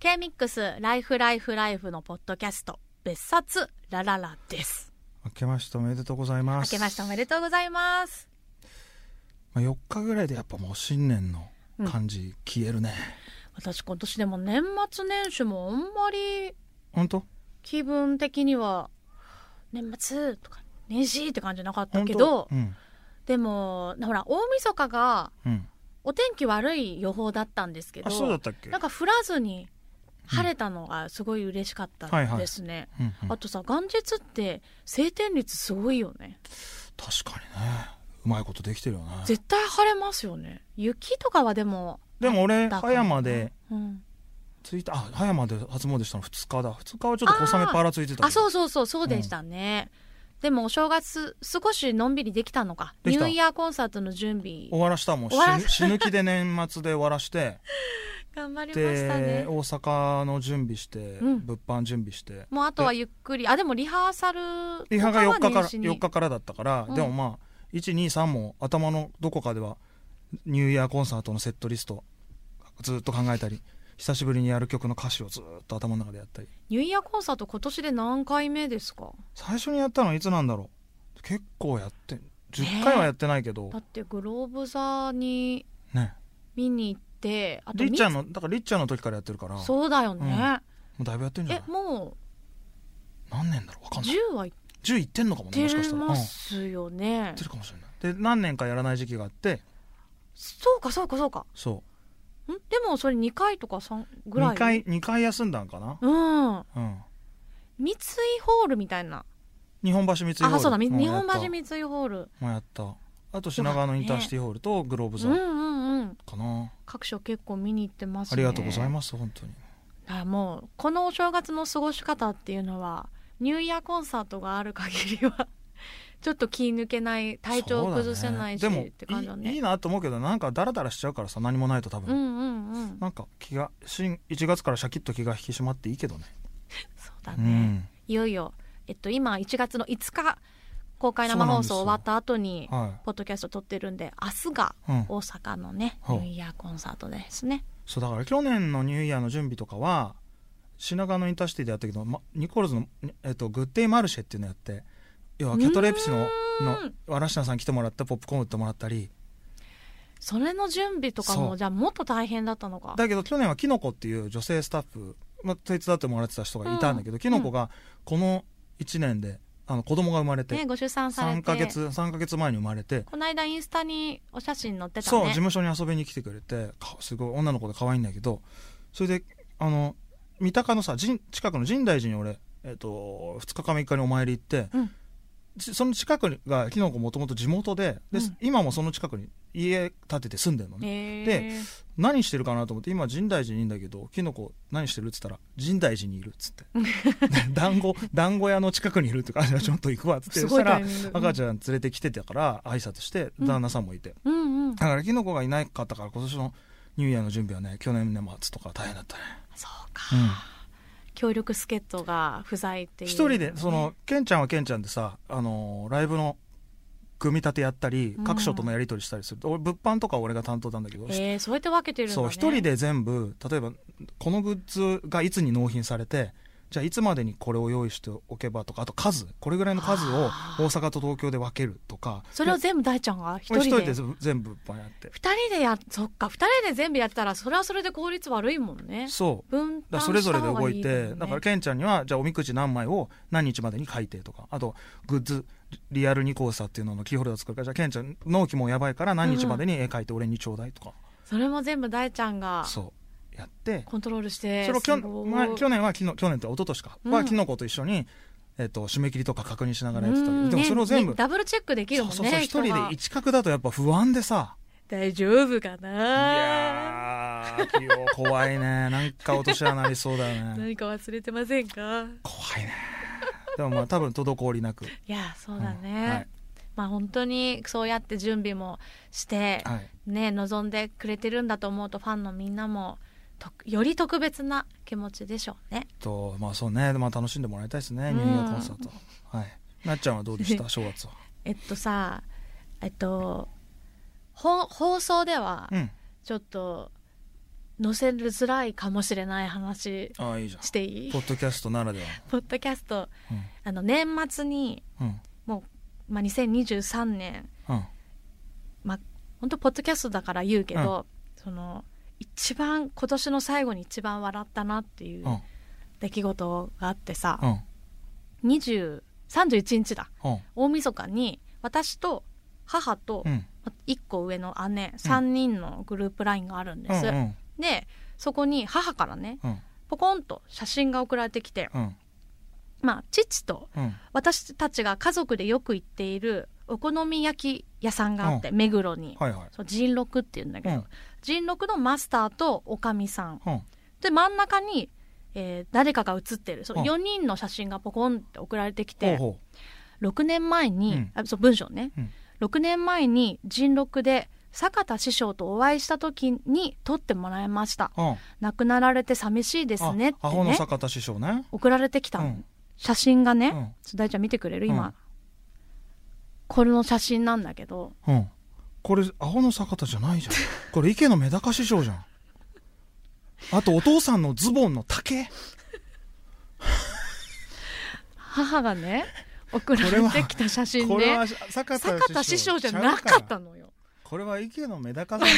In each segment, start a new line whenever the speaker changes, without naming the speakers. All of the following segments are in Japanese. K-MIX ライフライフライフのポッドキャスト別冊ラララです
明けましておめでとうございま
明
す
けましておめでとうございます
まあ、4日ぐらいでやっぱもう新年の感じ消えるね、
私今年でも年末年始もあんまり
ほんと、
気分的には年末とか年始って感じなかっ
本
た
当
けど
うん
でもほら大晦日が
うん
お天気悪い予報だったんですけど
あそうだったっけ
なんか降らずに晴れたのがすごい嬉しかった
はいはい
ですね、
うんうん
あとさ元日って晴天率すごいよね
確かにねうまいことできてるよね
絶対晴れますよね雪とかはでも
でも俺
だ
葉山で
うん
ついたあ葉山で初詣したの2日だ2日はちょっと小雨パラついてた
あそううそうそうそうでしたね、でもお正月少しのんびりできたのか
で
ニ
き
ュ
た
ーイヤーコンサートの準備
終わらしたもう死
終わら
ぬ死ぬ気で年末で終わらして
頑張りました
で
ね
大阪の準備して、
ん
物販準備して
もうあとはゆっくりあでもリハーサル
リハが4日から
年始に
4日からだったから、
うん
でもまあ123も頭のどこかではニューイヤーコンサートのセットリストずっと考えたり久しぶりにやる曲の歌詞をずっと頭の中でやったり
ニューイヤーコンサート今年で何回目ですか
最初にやったのはいつなんだろう結構やって
ね
10回はやってないけど
だってグローブ座に
ね
見に行ってあと
りっちゃん
み
のだからりっちゃんの時からやってるからも
そうだよね、
うだいぶやってんじゃ
え
ない
も
何年だろうわ
う
かんない
10はいっ
10いってんのかもねもしかしてたら、うん、
ま
いっ
すよね、
てるかもしれないで何年かやらない時期があって
そうかそうかそうか
そ
んでもそれ2回とか3
う
ぐらい
2回二回休んだんかな、
うん
うん
三井ホールみたいな
日本橋三井ホール
あそうだみ
も
日
やっ
本
た
橋三井ホール
もうやったあと品川のインターシティホールとグローブ
う
座
ん
か
うんうん
な、
各所結構見に行ってます、ね、
ありがとうございます本当に
だからもうこのお正月の過ごし方っていうのはニューイヤーコンサートがある限りは ちょっと気抜けない体調を崩せないし、
そうだね
って感じだ
でもいいい
ね
いなと思うけどなんかダラダラしちゃうからさ何もないと多
う
分、
んうんうん
なんか気が新1月からシャキッと気が引き締まっていいけどね
そうだ
う
ね、
ん
いよいよえっと今1月の5日公開生放送終わった後に
は
ポッドキャスト撮ってるんで明日が
い、うん、
大阪のね、
ほう
ニューイヤーコンサートですね。
そうだから去年のニューイヤーの準備とかは品川のインターシティでやったけど、ま、ニコルズの、えっと、グッデイマルシェっていうのやって要はキャトレピスの
うーん
の嵐菜さん来てもらってポップコーン売ってもらったり
それの準備とか
そ
も
う
じゃあもっと大変だったのか。
だけど去年はキノコっていう女性スタッフ、まあ、手伝ってもらってた人がいたんだけど、
うん
キノコがこの1年であの子供が生まれて、
ねご出産されて
3ヶ月三ヶ月前に生まれて、
この間インスタにお写真載ってた
そう事
ね。
務所に遊びに来てくれてかすごい女の子で可愛いんだけどそれであの三鷹のさ神近くの神大寺に俺、えっと2日か3日にお参り行って、
うん
じその近くがキノコもともと地元でで、
うん
今もその近くに家建てて住んでるのね。
へー
で何してるかなと思って今深大寺にいるんだけどキノコ何してるっつったら深大寺にいるっ つってで団子団子屋の近くにいるって感じでちょっと行くわっつって
す
そ
ご
し
い
た
タイ
ら
ミング。
赤ちゃん連れてきてたから挨拶して
うん
旦那さんもいて、
うんうん。
だからキノコがいなかったから今年のニューイヤーの準備はね去年の末とか大変だったね
そうか。協力助っ人が不在っていう。
一、人でそのケンちゃんはケンちゃんでさあのーライブの組み立てやったり
うん
各所とのやり取りしたりする、俺物販とかは俺が担当なんだけど、
えーそうやって分けてるんだね。
そう一人で全部例えばこのグッズがいつに納品されてじゃあいつまでにこれを用意しておけばとかあと数これぐらいの数を
あー
大阪と東京で分けるとか
それを全部大ちゃんが一
俺
人
一
で。
人で全部バンやって
二人でやそっか二人で全部やったらそれはそれで効率悪いもんね。
そう
分
だ
担
から
した
そ
方が
れぞれで動いて
もんね
だからケンちゃんにはじゃあおみくじ何枚を何日までに書いてとかあとグッズリアル二コーサっていうののキーホルダー作るからじゃあケンちゃん納期もやばいから何日までに絵描いて俺にちょうだいとか、
それも全部大ちゃんが
そうやって
コントロールして
それをきょ
すごい
前去年はきの去年って一昨年か、
うん
はキノコと一緒に、えっと締め切りとか確認しながらやってたけ
う
ど
ん
でもそれを全
ね
部、
ねダブルチェックできるもんね
そうそうそう一人
人が
で一角だとやっぱ不安でさ
大丈夫か
い
な
やー器用怖い ねなんか落とし穴ありそうだよね
何か忘れてませんか
怖いねでもまあ多分滞りなく
いやそうだね、
うんはい
まあ本当にそうやって準備もして、
はい
ね望んでくれてるんだと思うとファンのみんなもとより特別な気持ちでしょうね
とまあそうねまあ楽しんでもらいたいですねニューイヤーコンサート、はいなっちゃんはどうで した正月は
えっとさえっとほ放送では
うん
ちょっと載せづらいかもしれない話
ああいいじゃん
していい
ポッドキャストならでは
ポッドキャストあの年末に、
のうん
まあ、2023年
うん
本当ポッドキャストだから言うけど、その一番今年の最後に一番笑ったなっていう
うんうん
出来事があってさ、
うん
20 31日だ
うん
大晦日に私と母と
うん
1個上の姉3人のグループ LINE があるんです、
うん
でそこに母からね
うん
ポコンと写真が送られてきて
うん
まあ父と
うん
私たちが家族でよく行っているお好み焼き屋さんがあって、目黒に、
はいはい
そう人六っていうんだけど、
うん
人六のマスターとおかみさん
うん
で真ん中に、えー誰かが写ってるそううん4人の写真がポコンって送られてき
ほう
て、
ほ
6年前に、
うん
あそう文章ね、
うん
6年前に人六で坂田師匠とお会いした時に撮ってもらいました
ううん
亡くなられて寂しいですねっ
あア
て
ホの
ね
坂田師匠ね
送られてきたの、
うん
写真がね、
うん
ちょ大ちゃん見てくれる今、
うん
この写真なんだけど
うんこれアホの坂田じゃないじゃんこれ池のメダカ師匠じゃんあとお父さんのズボンの丈こ
母が ね送ら
れ
れ
は
てきた写真
れ
で
は坂
坂田師匠じゃなかったのよ
これは池のメダカじゃない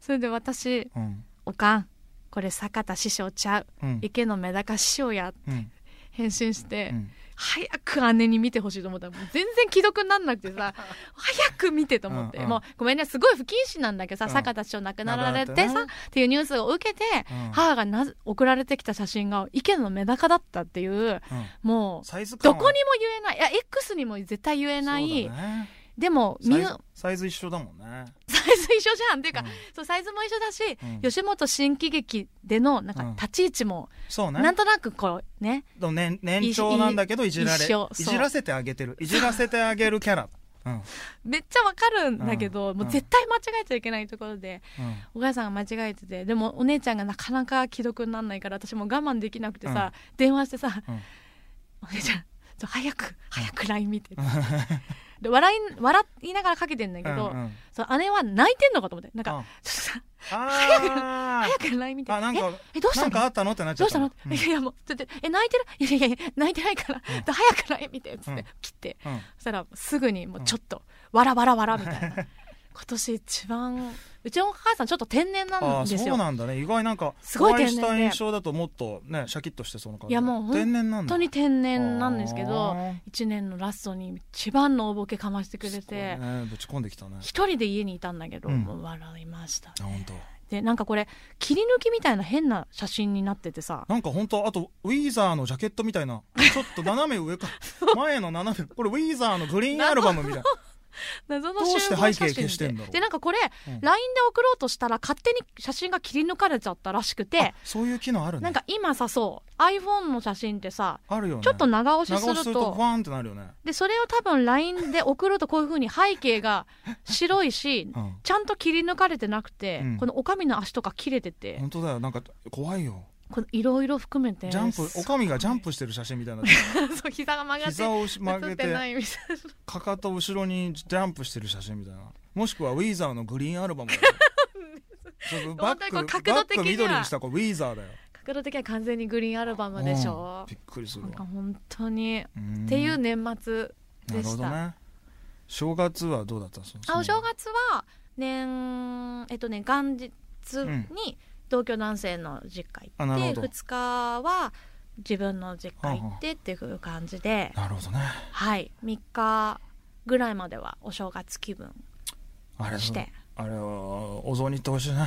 それで私
うん
「おかんこれ坂田師匠ちゃう
うん
池のメダカ師匠や」
うん
返信して、
うん
早く姉に見てほしいと思ったらもう全然既読になんなくて さ早く見てと思って、
うんうん
もうごめんねすごい不謹慎なんだけどさ、
うん
坂田師匠亡くなられて
亡くなら
さ
れて
っていうニュースを受けて、
うん
母がなぜ送られてきた写真が池のメダカだったっていう
うん
もう
サイズ
ど
感
こ
は
にも言えないいや X にも絶対言えない、
そうだね
でもみ
サ
ん
イズ
サ
サイズ一緒だもんね
イズ一緒じゃんっていうか、
うん
そうサイズも一緒だし、
うん
吉本新喜劇でのなんか
うん
立ち位置も
そうね
なんとなくこうね
でも年年長なんだけどいじられ
一緒
いじらせてあげてるいじらせてあげるキャラうん
めっちゃわかるんだけど、
うん
もう絶対間違えちゃいけないところで、
うん
お母さんが間違えててでもお姉ちゃんがなかなか既読にならないから私もう我慢できなくてさ、電話してさ、
うん
お姉ちゃんちょっと早く早く LINE 見てってで笑い笑いながらかけてんだけど、
うんうん
そう姉は泣いてんのかと思ってなんか、
うん
ちょっとさ
あ
早く LINE 見て
ーあなんか
ええどうしたの
なんかあったのってなっち
どう
ゃっ
した
た
の、
うん
いやいやもうちょっとえ泣いてるいやいやいや泣いてないから、
うん
早く LINE 見てっつって、
うん
切って
うん
そしたらすぐにもうちょっと、わらわらわらみたいな今年一番うちのお母さんちょっと天然 な
あ
んです
ーそう
よ
なんだね意外なんか
すごい
お会いした
天然で
印象だともっとねシャキッとしてそうな感じ
いやもうほん
天然なん
本
だ
当に天然なんですけ
あ
ど
ー
1年のラストに一番のおぼけかましてくれ
すごい
て
ねぶち込んできたね
一人で家にいたんだけど、
うん
もう笑いました
あ本当
でなんかこれ切り抜きみたいな変な写真になってて さ
なんか本当あとウィーザーのジャケットみたいなちょっと斜め 上か前の斜めこれウィーザーのグリーンアルバムみたいな
謎の
どう
集
して
合写真
背景消してんだろう
ででなんかこれ、
う
LINE
ん
で送ろうとしたら勝手に写真が切り抜かれちゃったらしくて
あそういう機能あるね
なんか今さそう iPhone の写真ってさ
あるよね
ちょっと長押し
長
する
押
と
しするとファーンってなるよね
でそれを多分 LINE で送るとこういうふうに背景が白いし
うん
ちゃんと切り抜かれてなくて、
うん
このおかみの足とか切れてて、
本当だよなんか怖いよ
このいろいろ含めて
ジャンプおかみがジャンプしてる写真みたいになってる
そう膝が曲がって
膝を曲
映
げ
ってな
て
いみたいな
かかと後ろにジャンプしてる写真みたいなもしくはウィーザーのグリーンアル バムだよそうバッ
本
ク
当にこう角
バ
度
ッ
的には
ク緑にしたこれウィーザーだよ
角度的には完全にグリーンアルバムでしょ
うん、びっくりする
なんか
わ
本当に、
うん
っていう年末
な
で
る
し
ほど
た、
ね正月はどうだったんですか
あお正月は年えっとね元日
うん
に同居男性の実家
あ
行っ
なる
て、
ほど
2日は自分の実家行ってっていう感じで、
なるほどね
はい3日ぐらいまではお正月気分
あれ
して
あれはお雑煮行ってほしいね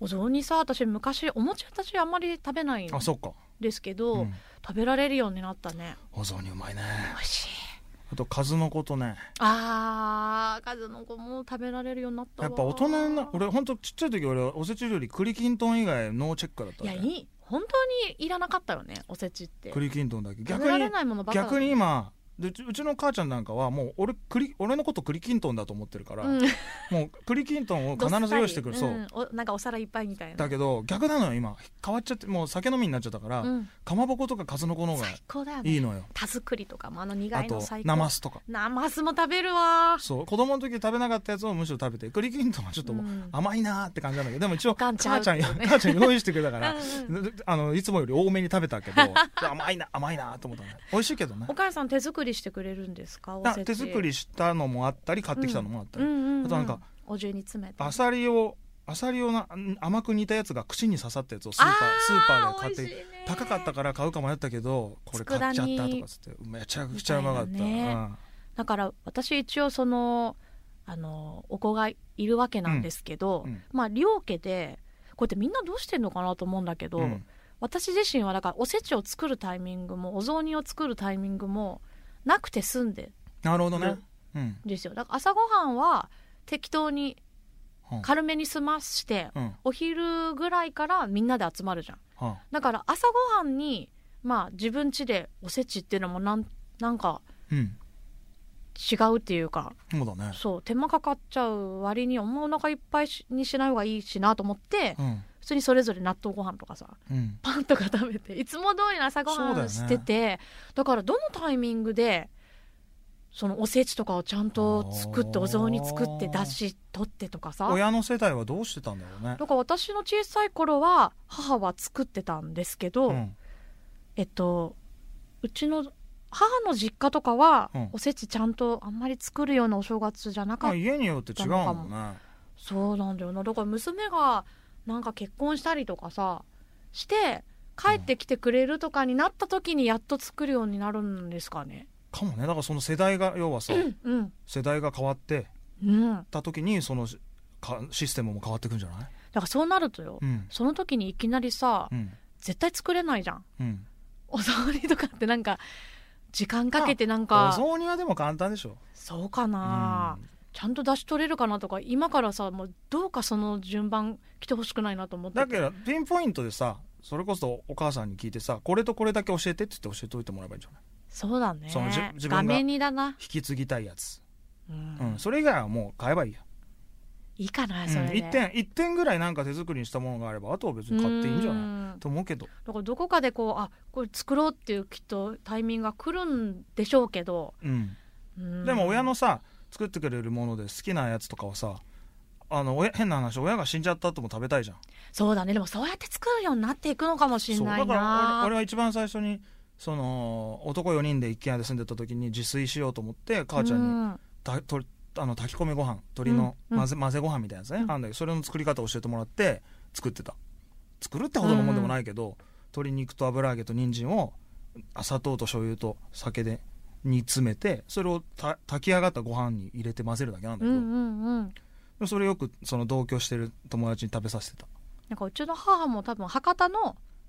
お雑煮さ私昔お餅私あんまり食べないん
あそっか
ですけど、
うん
食べられるようになったね
お雑煮うまいね
美味しい
あと数の子とね
あー数の子も食べられるようになったわ
やっぱ大人な俺ほんとちっちゃい時俺おせち料理栗きんとん以外ノーチェックだった
いやいい本当にいらなかったよねおせちって
栗きんとんだけ
食
逆
べられ
に
ないものばかり
逆に今でうちうちの母ちゃんなんかはもう俺栗俺のこと栗きんとんだと思ってるから、
うん
もう栗きんとんを必ず用意してくる、そう、
どっさりんおなんかお皿いっぱいみたいな
だけど逆なのよ今変わっちゃってもう酒飲みになっちゃったから、
うん、
かまぼことか数の子の方が
最高だよね
いいのよ
田作りとかもあの
あ
苦いの
と
最高
ナマスとか
ナマスも食べるわ
そう子供の時食べなかったやつをむしろ食べて栗きんとんはちょっともう
うん
甘いなーって感じなんだけどでも一応
ガ
母
ン
ち
ちゃ
ゃ
うんっていうね
母ちゃん用意してくれたから
うん
でであのいつもより多めに食べたけど甘いな甘いなーと思ったね美味しいけどね
お母さん手作りしてくれるんですかお
な
せち
手作りしたのもあったり買ってきたのもあったり、
うんうんうん
あとなんか
お重に詰めて
アサリをアサリをなん甘く煮たやつが口に刺さったやつをスーパースーパーで買って
て
高かったから買うか迷ったけどこれ買っちゃったとかつってめちゃくちゃうまかった、
みたいな
うん
だから私一応そのあのお子がいるわけなんですけど、
うんうん
まあ両家でこうやってみんなどうしてんのかなと思うんだけど、
うん
私自身はだからおせちを作るタイミングもお雑煮を作るタイミングもなくて済んでん
なるほどね、うん
ですよだから朝ごはんは適当に
は
軽めに済まして、
あうんは
お昼ぐらいからみんなで集まるじゃん
あ
だから朝ごはんにまあ自分家でおせちっていうのもなんなんか
うん
違うっていうか
そうだね
そう手間かかっちゃう割にお腹いっぱいしにしない方がいいしなと思って
うん
普通にそれぞれ納豆ご飯とかさ
うん
パンとか食べていつも通りの朝ご
そう
は
だよ
ん
ね
しててだ,、からどのタイミングでそのおせちとかをちゃんと作って
あー
お雑煮作ってだし取ってとかさ
親の世代はどうしてたんだろうね
だから私の小さい頃は母は作ってたんですけど、
うん
えっとうちの母の実家とかは
うん
おせちちゃんとあんまり作るようなお正月じゃなか
ま
っ
あ、
た
家によって違うもんね
そうなんだよなだから娘がなんか結婚したりとかさして帰ってきてくれるとかになった時にやっと作るようになるんですかね
かもねだからその世代が要はさ
うん
世代が変わって
うんだ
た時にそのかシステムも変わってくんじゃない
からそうなるとよ、
うん
その時にいきなりさ、
うん
絶対作れないじゃん
うん
お雑煮とかってなんか時間かけてなん
お
か
雑煮はでも簡単でしょ
そうかな、
うん
ちゃんと出し取れるかなとか今からさもうどうかその順番来てほしくないなと思ってて
だけどピンポイントでさそれこそお母さんに聞いてさこれとこれだけ教えてって言って教えておいてもらえばいいんじゃない
そうだね
そのじ自分が
画面にだな、
引き継ぎたいやつ、
うん
うん、それ以外はもう買えばいいよ、
いいかな
うん、
それで、
1点一点ぐらいなんか手作りにしたものがあればあとは別に買っていいんじゃない
ない
と思うけど
だからどこかでこうあこれ作ろうっていうきっとタイミングが来るんでしょうけど、
うん
うん
でも親のさ作ってくれるもので好きなやつとかはさあの親変な話親が死んじゃった後も食べたいじゃん
そうだねでもそうやって作るようになっていくのかもしれ
そう
ない
だから
な
俺俺は一番最初にその男4人で一軒家で住んでた時に自炊しようと思って母ちゃんに、
に
たとあの炊き込みご飯鶏の
うん
混ぜ,、混ぜご飯みたいなやつね、
うん
あんだけどそれの作り方を教えてもらって作ってた作るってほどのもんでもないけど、鶏肉と油揚げと人参をあ砂糖と醤油と酒で煮詰めてそれをた炊き上がったご飯に入れて混ぜるだけなんだ
う
け
ん
ど、
うんうん
それよくその同居してる友達に食べさせてた、
なんかうちの母も多分博多の、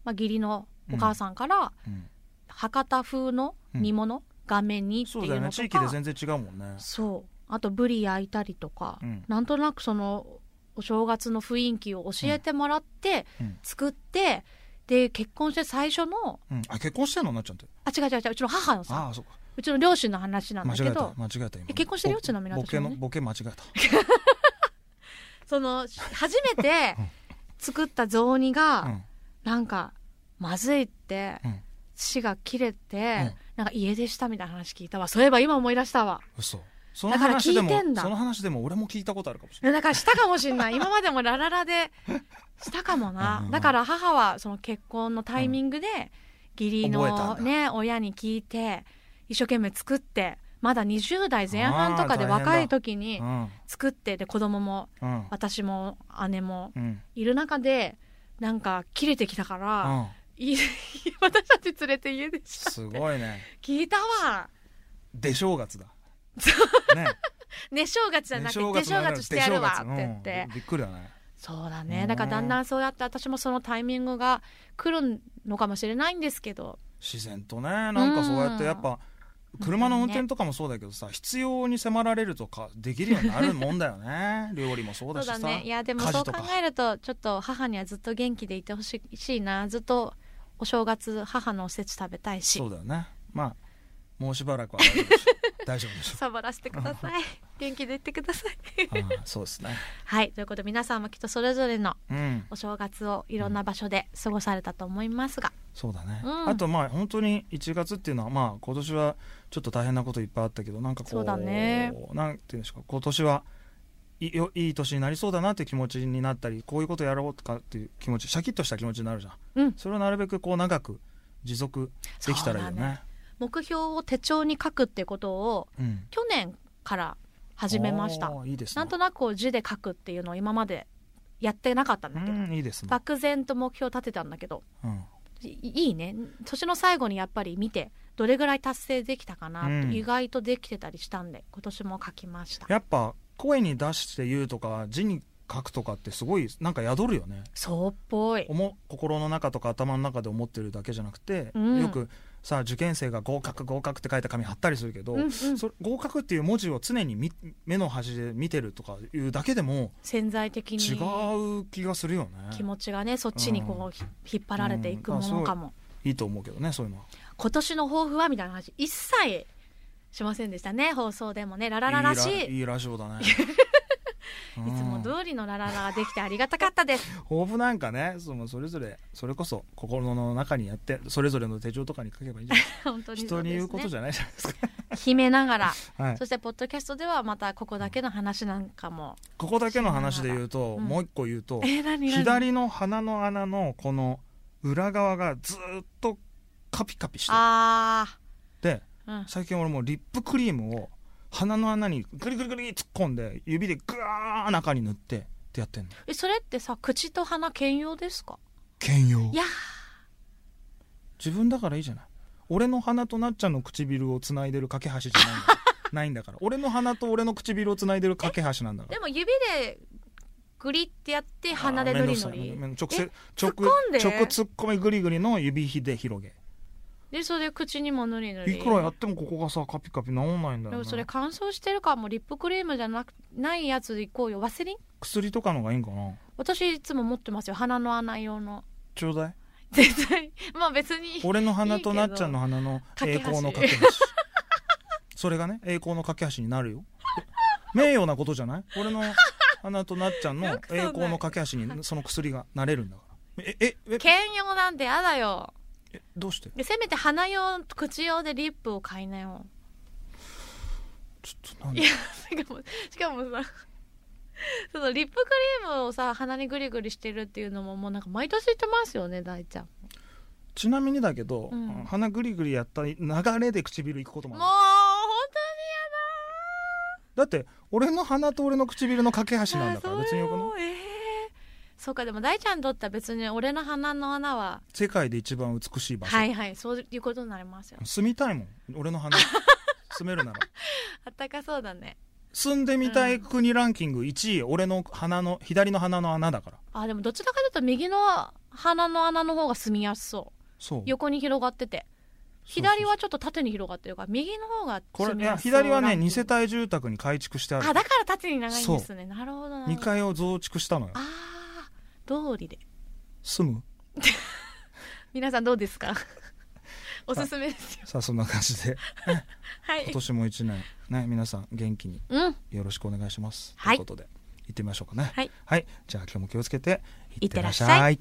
まあ、義理のお母さんから
うん
博多風の煮物、画面にって
そ
いうう
だよ
の
ね
と
地域
か
で全然違うもんね
そうあとブリ焼いたりとか、
うん
なんとなくそのお正月の雰囲気を教えてもらって、
うん
作ってで結婚して最初の
うん、あ結婚してんのなっちゃんって
あ違う違う違ううちの母の
あ
さ
あそうか
うちの両親の話なん
間
だ
違
け
えた
ど
間違えた今
え結婚してるよちなみに
ボ
私
ケ
もね
のボケ間違えた
その初めて
うん
作った雑煮が、
うん
なんかまずいって、
うん
父が切れて、なんか家出したみたいな話聞いたわそういえば今思い出したわ
嘘その
だから
話でも
聞いてんだ
その話でも俺も聞いたことあるかもしれ
だからしたかもしんない今までもラララでしたかも
うんうん
な
うん
だから母はその結婚のタイミングで義理
覚えた
の
んだ
ね親に聞いて一生懸命作ってまだ20代前半とかで
あー大変だ
若い時に
ない
作ってで子供も
うんうん
私も姉も
うん
いる中でなんか切れてきたか
う
ら、
ん
い 私たち連れて家でした
すごいね
聞いたわ
出正 月だね
ね正月じゃなくて手正月してやるわって言って、
うんびっくりだね
そうだ
う
ね
ん
だからだんだんそうやって私もそのタイミングが来るのかもしれないんですけど
自然とねなんかそうやってやっぱ車の運転とかもそうだけどさ必要に迫られるとかできるようになるもんだよ ね料理もそう
そ
だ
う
しさ
だねいやでも
家
そ
事
う
と
考
か
えるとちょっと母にはずっと元気でいてほしいしいなずっとお正月母のおせち食べたいし
そうだよねまあもうしばらくは大丈夫でしょう大丈夫 でしょ
さばらせてくだ さい元気でいってください
う ああそうですね
はいということで皆さんもきっとそれぞれの
うん
お正月をいろんな場所で過ごされたと思いますが、
そうだね、
うん
あとまあ本当に1月っていうのはまあ今年はちょっと大変なこといっぱいあったけどなんかこう
そうだね
なんていうんですか今年はいいよいい年になりそうだなっていう気持ちになったりこういうことやろうとかっていう気持ちシャキッとした気持ちになるじゃん
うん、
それをなるべくこう長く持続できたらいいよ
そうだ
ね
目標を手帳に書くってことを
うん
去年から始めました
おーいいですね
なんとなくこう字で書くっていうのを今までやってなかったんだけど、
うんいいですね、
漠然と目標を立てたんだけど
うん、
いいいね年の最後にやっぱり見てどれぐらい達成できたかなって、
うん
意外とできてたりしたんで今年も書きました
やっぱ声に出して言うとか字に書くとかってすごいなんか宿るよね
そうっぽい
おも心の中とか頭の中で思ってるだけじゃなくて、
うん
よくさ受験生が合格合格って書いた紙貼ったりするけど、
うんうん
それ合格っていう文字を常に見目の端で見てるとかいうだけでも
潜在的
違
に
う気がするよね
気持ちがねそっちにこう、
うん
ひ引っ張られていくものかも、
いいと思うけどねそういうのは
今年の抱負はみたいな話一切しませんでしたね放送でもねラララらし い
いいラいいラジオだねい
いつも通りのラララができてありがたかったです。
抱負なんかねそのそれぞれそれこそ心の中にやってそれぞれの手帳とかに書けばい いじゃない
本当にそ
人
うで
に
す、ね、
言うことじゃないじゃないですか、
秘めながら、
はい、
そしてポッドキャストではまたここだけの話なんかも。
ここだけの話で言うと、
うん
もう一個言うと、
えー、何何
左の鼻の穴のこの裏側がずーっとカピカピして
あ
て
あ、うん、
最近俺もうリップクリームを鼻の穴にグリグリグリ突っ込んで指でグワー中に塗ってってやってんの
えそれってさ口と鼻兼用ですか
兼用
いや
自分だからいいじゃない俺の鼻となっちゃんの唇をつないでる架け橋じゃないんだないん だから俺の鼻と俺の唇をつないでる架け橋なんだ
ー
か
で
ら
も指でグリってやって鼻でノリノ
あー
リ
めんどくさいめん
突
直
っ込んで
接直直突っ込みグリグリの指ひで広げ
でそれで口にもノリノリ
いくらやってもここがさカピカピ治んないんだ
で
よ、
も
ね、
それ乾燥してるからもうリップクリームじゃなくないやつでいこうよワセリン
薬とかのがいいんかな
私いつも持ってますよ鼻の穴用の
ちょうだい
絶対まあ別に
俺の鼻となっちゃんの鼻の
けど
栄光の架け橋それがね栄光の架け橋になるよ名誉なことじゃない俺の鼻となっちゃんの
よ
栄
くそんな
光の架け橋にその薬がなれるんだからえええ
兼用なんてやだよ
えどうして
でせめて鼻用口用でリップを買いなよ
ちょっとなん
いやしかもしかもさ そのリップクリームをさ鼻にグリグリしてるっていうのももうなんか毎年言ってますよね大ちゃん
ちなみにだけど、
うん
鼻グリグリやった流れで唇行くこと
も
も
う
ある
本
だって俺の鼻と俺の唇の架け
当
橋
に
な
やだ
んだから別によくない
あーそれをええそうかでも大ちゃんにとっては別に俺の鼻の穴は
世界で一番美しい場所、
はいはいそういうことになりますよ
住みたいもん俺 の鼻住めるなら
あったかそうだね
住んでみたい国ランキング1位、俺の鼻の左の鼻の穴だから
あでもどちらかというと右の鼻の穴の方が住みやすそう
そう
横に広がってて
そう
左はちょっと縦に広がってるから右の方が
これ
住み
いや
やすそう
左はね
ランキン
2
グ
世帯住宅に改築してある
あだから縦に長いんですねなるほどなるほど
2階を増築したのよ
あー通りで
住む
皆さんどうですか おすすめですよ
さあそんな 感じで
はい
今年も1年ね皆さん元気に
うん
よろしくお願いします、
はい
ということで行ってみましょうかね
はい
じゃあ今日も気をつけて
いってらっしゃい
い